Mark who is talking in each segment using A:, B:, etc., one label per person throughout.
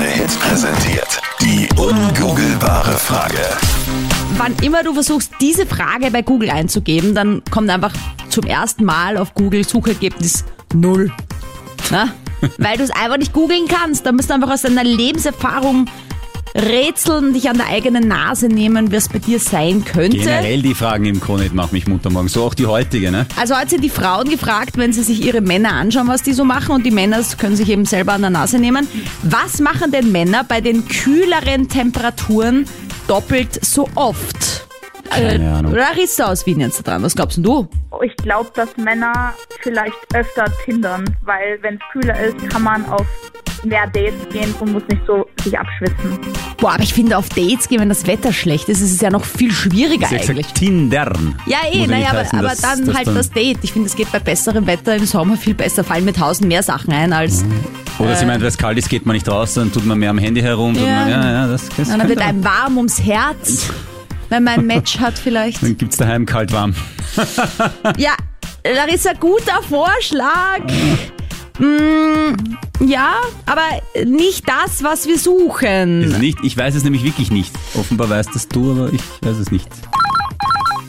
A: Welt präsentiert. Die ungoogelbare Frage.
B: Wann immer du versuchst, diese Frage bei Google einzugeben, dann kommt einfach zum ersten Mal auf Google Suchergebnis null. Na? Weil du es einfach nicht googeln kannst. Da musst du einfach aus deiner Lebenserfahrung rätseln, dich an der eigenen Nase nehmen, wie es bei dir sein könnte.
C: Generell die Fragen im Konit machen mich munter morgen. So auch die heutige, ne?
B: Also heute sind die Frauen gefragt, wenn sie sich ihre Männer anschauen, was die so machen und die Männer können sich eben selber an der Nase nehmen. Was machen denn Männer bei den kühleren Temperaturen doppelt so oft? Äh,
C: Keine Ahnung.
B: Larissa aus Wien jetzt dran, was glaubst denn du?
D: Ich glaube, dass Männer vielleicht öfter tindern, weil wenn es kühler ist, kann man auf mehr Dates gehen und muss nicht so sich abschwitzen.
B: Boah, aber ich finde auf Dates gehen, wenn das Wetter schlecht ist, ist es ja noch viel schwieriger
C: Sie hat
B: eigentlich.
C: gesagt, Tindern.
B: Ja,
C: Muss
B: eh,
C: nicht
B: naja, aber,
C: heißen,
B: aber
C: dass-
B: dann
C: dass
B: halt das Date. Ich finde, es geht bei besserem Wetter im Sommer viel besser, fallen mir tausend mehr Sachen ein als.
C: Mhm. Oder sie meint, weil es kalt ist, geht man nicht raus, dann tut man mehr am Handy herum. tut
B: äh, Ja.
C: Man, ja, ja, das, das
B: Dann wird
C: könnte-
B: einem warm ums Herz, wenn man ein Match hat vielleicht.
C: Dann gibt's daheim kalt warm.
B: Ja, Larissa, guter Vorschlag. Mm, ja, aber nicht das, was wir suchen.
C: Ist nicht, ich weiß es nämlich wirklich nicht. Offenbar weißt das du, aber ich weiß es nicht.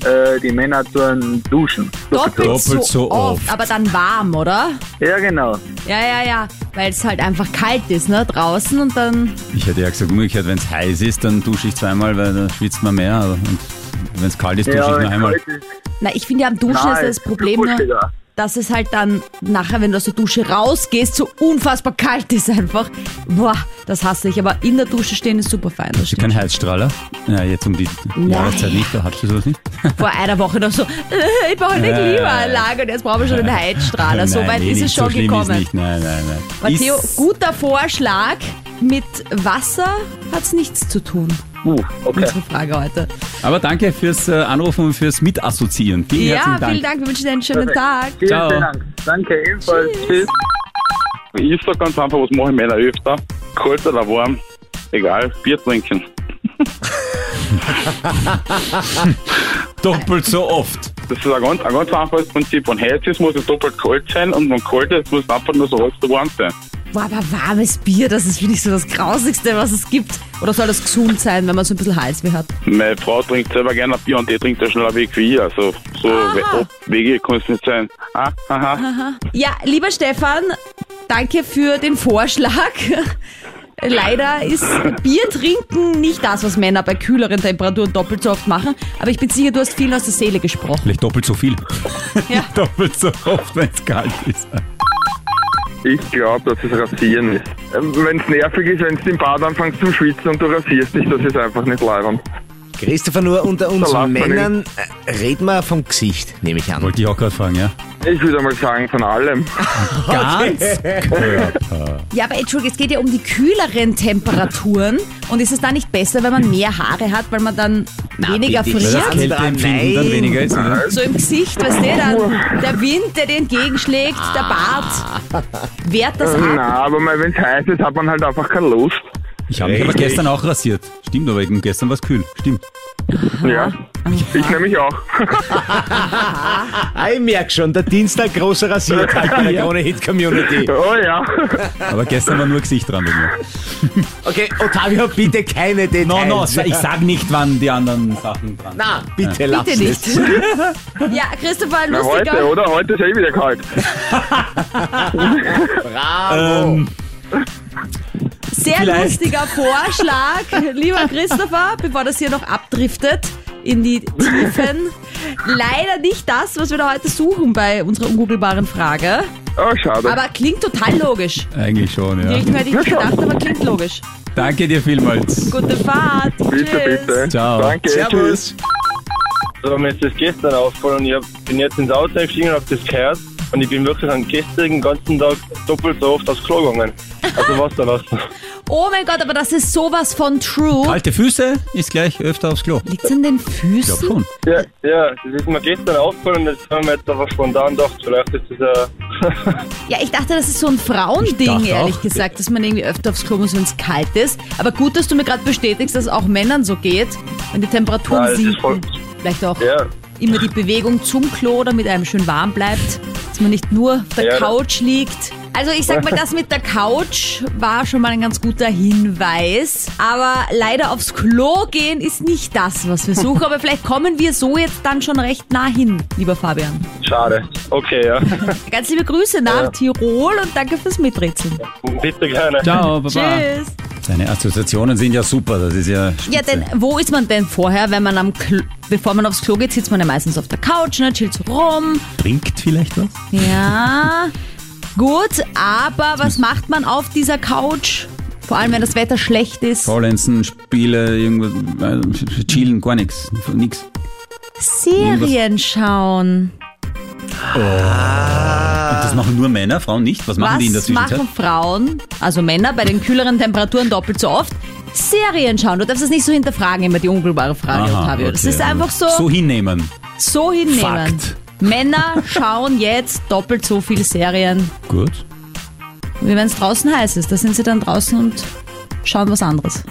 E: äh, die Männer tun duschen.
B: Doppelt,
C: Doppelt so oft.
B: Aber dann warm, oder?
E: Ja, genau.
B: Ja, ja, ja. Weil es halt einfach kalt ist, ne? Draußen und dann.
C: Ich hätte ja gesagt, umgekehrt, wenn es heiß ist, dann dusche ich zweimal, weil dann schwitzt man mehr. aber- Und wenn es kalt ist, dusche
E: ja,
C: ich nur
E: wenn's
C: einmal.
E: kalt ist.
B: Na, ich finde ja am Duschen
E: Nein,
B: ist ja das
E: ist
B: Problem
E: viel
B: nur,
E: kuscheliger.
B: dass es halt dann nachher, wenn du aus der Dusche rausgehst, so unfassbar kalt ist einfach. Boah, das hasse ich. Aber in der Dusche stehen ist super fein. Das
C: Bist du kein Heizstrahler? Ja, jetzt um die Jahreszeit nicht, da habt ihr sowas nicht.
B: vor einer Woche noch so, ich brauche eine
C: Genau. Ja, ja, ja.
B: Klimaanlage und jetzt brauchen wir schon einen Heizstrahler. Also so
C: Nein,
B: weit
C: eh
B: ist es
C: nicht,
B: schon
C: so schlimm
B: gekommen.
C: Ist nicht. Nein, nein, nein.
B: Matteo,
C: ist,
B: guter Vorschlag. Mit Wasser hat es nichts zu tun.
E: Uh, okay.
B: Unsere Frage heute.
C: aber danke fürs äh, Anrufen und fürs Mitassoziieren. Vielen
B: Ja,
C: herzlichen Dank.
B: vielen Dank. Wir wünschen dir einen schönen
E: Perfekt.
B: Tag.
E: Vielen,
C: Ciao.
E: vielen Dank. Danke, ebenfalls. Tschüss.
F: Ich sag ganz einfach, was mache ich Männer öfter? Kalt oder warm? Egal, Bier trinken.
C: Doppelt so oft.
F: Das ist ein ganz, ein ganz einfaches Prinzip. Wenn heiß ist, muss es doppelt kalt sein und wenn kalt ist, muss es einfach nur so heiß oder warm sein.
B: Boah, aber warmes Bier, das ist, finde ich, so das Grausigste, was es gibt. Oder soll das gesund sein, wenn man so ein bisschen Halsweh hat?
F: Meine Frau trinkt selber gerne ein Bier und die trinkt ja schneller weg wie ich. Also so we- ob Wege kann es nicht sein. Ah, aha.
B: Ja, lieber Stefan, danke für den Vorschlag. Leider ist Bier trinken nicht das, was Männer bei kühleren Temperaturen doppelt so oft machen. Aber ich bin sicher, du hast viel aus der Seele gesprochen.
C: Vielleicht doppelt so viel.
B: Ja.
C: doppelt so oft, wenn es kalt ist.
G: Ich glaube, dass es Rasieren ist. Wenn es nervig ist, wenn du im Bad anfängst zum Schwitzen und du rasierst dich, das ist einfach nicht leibend.
H: Christopher, nur unter uns
G: Da lacht man
H: Männern äh, reden wir vom Gesicht, nehme ich an.
C: Wollte ich auch gerade fragen, ja?
G: Ich würde mal sagen, von allem.
C: Ganz
B: Ja, aber Entschuldigung, es geht ja um die kühleren Temperaturen. Und ist es da nicht besser, wenn man mehr Haare hat, weil man dann weniger
H: bitte.
C: Weil das
H: Ganz
B: friert?
C: Kälteempfinden dann
H: nein.
C: weniger ist. oder?
B: So im Gesicht, weißt du, dann der Wind, der dir entgegenschlägt, der
C: Ah.
B: Bart. Wehrt das ab?
G: Na, aber wenn es heiß ist, hat man halt einfach keine Lust.
C: Ich habe mich aber gestern auch rasiert. Stimmt, aber eben gestern war es kühl. Stimmt.
G: Ja. Ich nehme mich auch.
H: Ah, ich merke schon, der Dienstag großer Rasiertag in der Krone-Hit-Community.
G: Oh ja.
C: Aber gestern war nur Gesicht dran bei mir.
H: Okay, Ottavio, bitte keine Details.
C: No, no,
B: Also-
C: ich sag nicht, wann die anderen Sachen dran
H: Na, bitte lass
B: Bitte
H: es.
B: nicht. Ja, Christopher,
G: Na, heute,
B: lustiger.
G: oder? Heute ist eh wieder kalt.
C: Ähm,
H: Bravo.
B: Sehr
C: Vielleicht.
B: lustiger Vorschlag, lieber Christopher, bevor das hier noch abdriftet in die Tiefen. Leider nicht das, was wir da heute suchen bei unserer ungoogelbaren Frage.
G: Oh,
F: Ah,
G: schade.
B: Aber klingt total logisch.
C: Eigentlich schon, ja.
B: Nicht mehr hätte ich nicht gedacht, aber klingt logisch.
C: Danke dir vielmals.
B: Gute Fahrt.
G: bitte,
B: Tschüss.
G: bitte.
C: Ciao.
G: Danke, tschüss.
I: So, mir ist das gestern aufgefallen und ich hab, bin jetzt ins Auto gestiegen und habe das gehört. Und ich bin wirklich am gestrigen ganzen Tag doppelt so oft aufs Klo gegangen. Also Wasser lassen.
B: Oh mein Gott, aber das ist sowas von true.
C: Alte Füße ist gleich öfter aufs Klo.
B: Liegt's an den
C: Ich glaub
B: Füßen?
C: schon.
I: Ja, ja, das ist mir gestern aufgefallen und jetzt haben wir jetzt einfach spontan gedacht, vielleicht ist das äh,
B: Ja, ich dachte, das ist so ein Frauending,
C: dachte
B: ehrlich
C: auch.
B: gesagt, dass man irgendwie öfter aufs Klo muss, wenn es kalt ist. Aber gut, dass du mir gerade bestätigst, dass es auch Männern so geht, wenn die Temperaturen
I: Nein, das ist
B: sinken.
I: voll-
B: Vielleicht auch
I: ja,
B: immer die Bewegung zum Klo, damit einem schön warm bleibt, dass man nicht nur auf der
I: Ja, das-
B: Couch liegt. Also ich sag mal, das mit der Couch war schon mal ein ganz guter Hinweis. Aber leider aufs Klo gehen ist nicht das, was wir suchen. Aber vielleicht kommen wir so jetzt dann schon recht nah hin, lieber Fabian.
I: Schade. Okay, ja.
B: Ganz liebe Grüße nach Tirol und danke fürs Miträtseln.
I: Bitte gerne.
C: Ciao, Baba.
B: Tschüss.
C: Deine Assoziationen sind ja super, das ist ja.
B: Ja,
C: spitze.
B: denn wo ist man denn vorher, wenn man am Klo, bevor man aufs Klo geht, sitzt man ja meistens auf der Couch, ne, chillt so rum.
C: Trinkt vielleicht was?
B: Ja. Gut, aber was macht man auf dieser Couch? Vor allem, wenn das Wetter schlecht ist.
C: Faulenzen, Spiele, irgendwas. äh, Chillen, gar nichts. Nix.
B: Serien schauen.
C: Und das machen nur Männer, Frauen nicht? Was machen die in
B: Ah.
C: der
B: Was
C: Zwischenzeit?
B: machen Frauen, also Männer, bei den kühleren Temperaturen doppelt so oft? Serien schauen. Du darfst das nicht so hinterfragen, immer die unmittelbare Frage,
C: Aha,
B: Octavio. Das
C: okay.
B: ist einfach so,
C: So hinnehmen.
B: so hinnehmen.
C: Fakt.
B: Männer schauen jetzt doppelt so viel Serien,
C: Gut.
B: wie wenn es draußen heiß ist. Da sind sie dann draußen und schauen was anderes.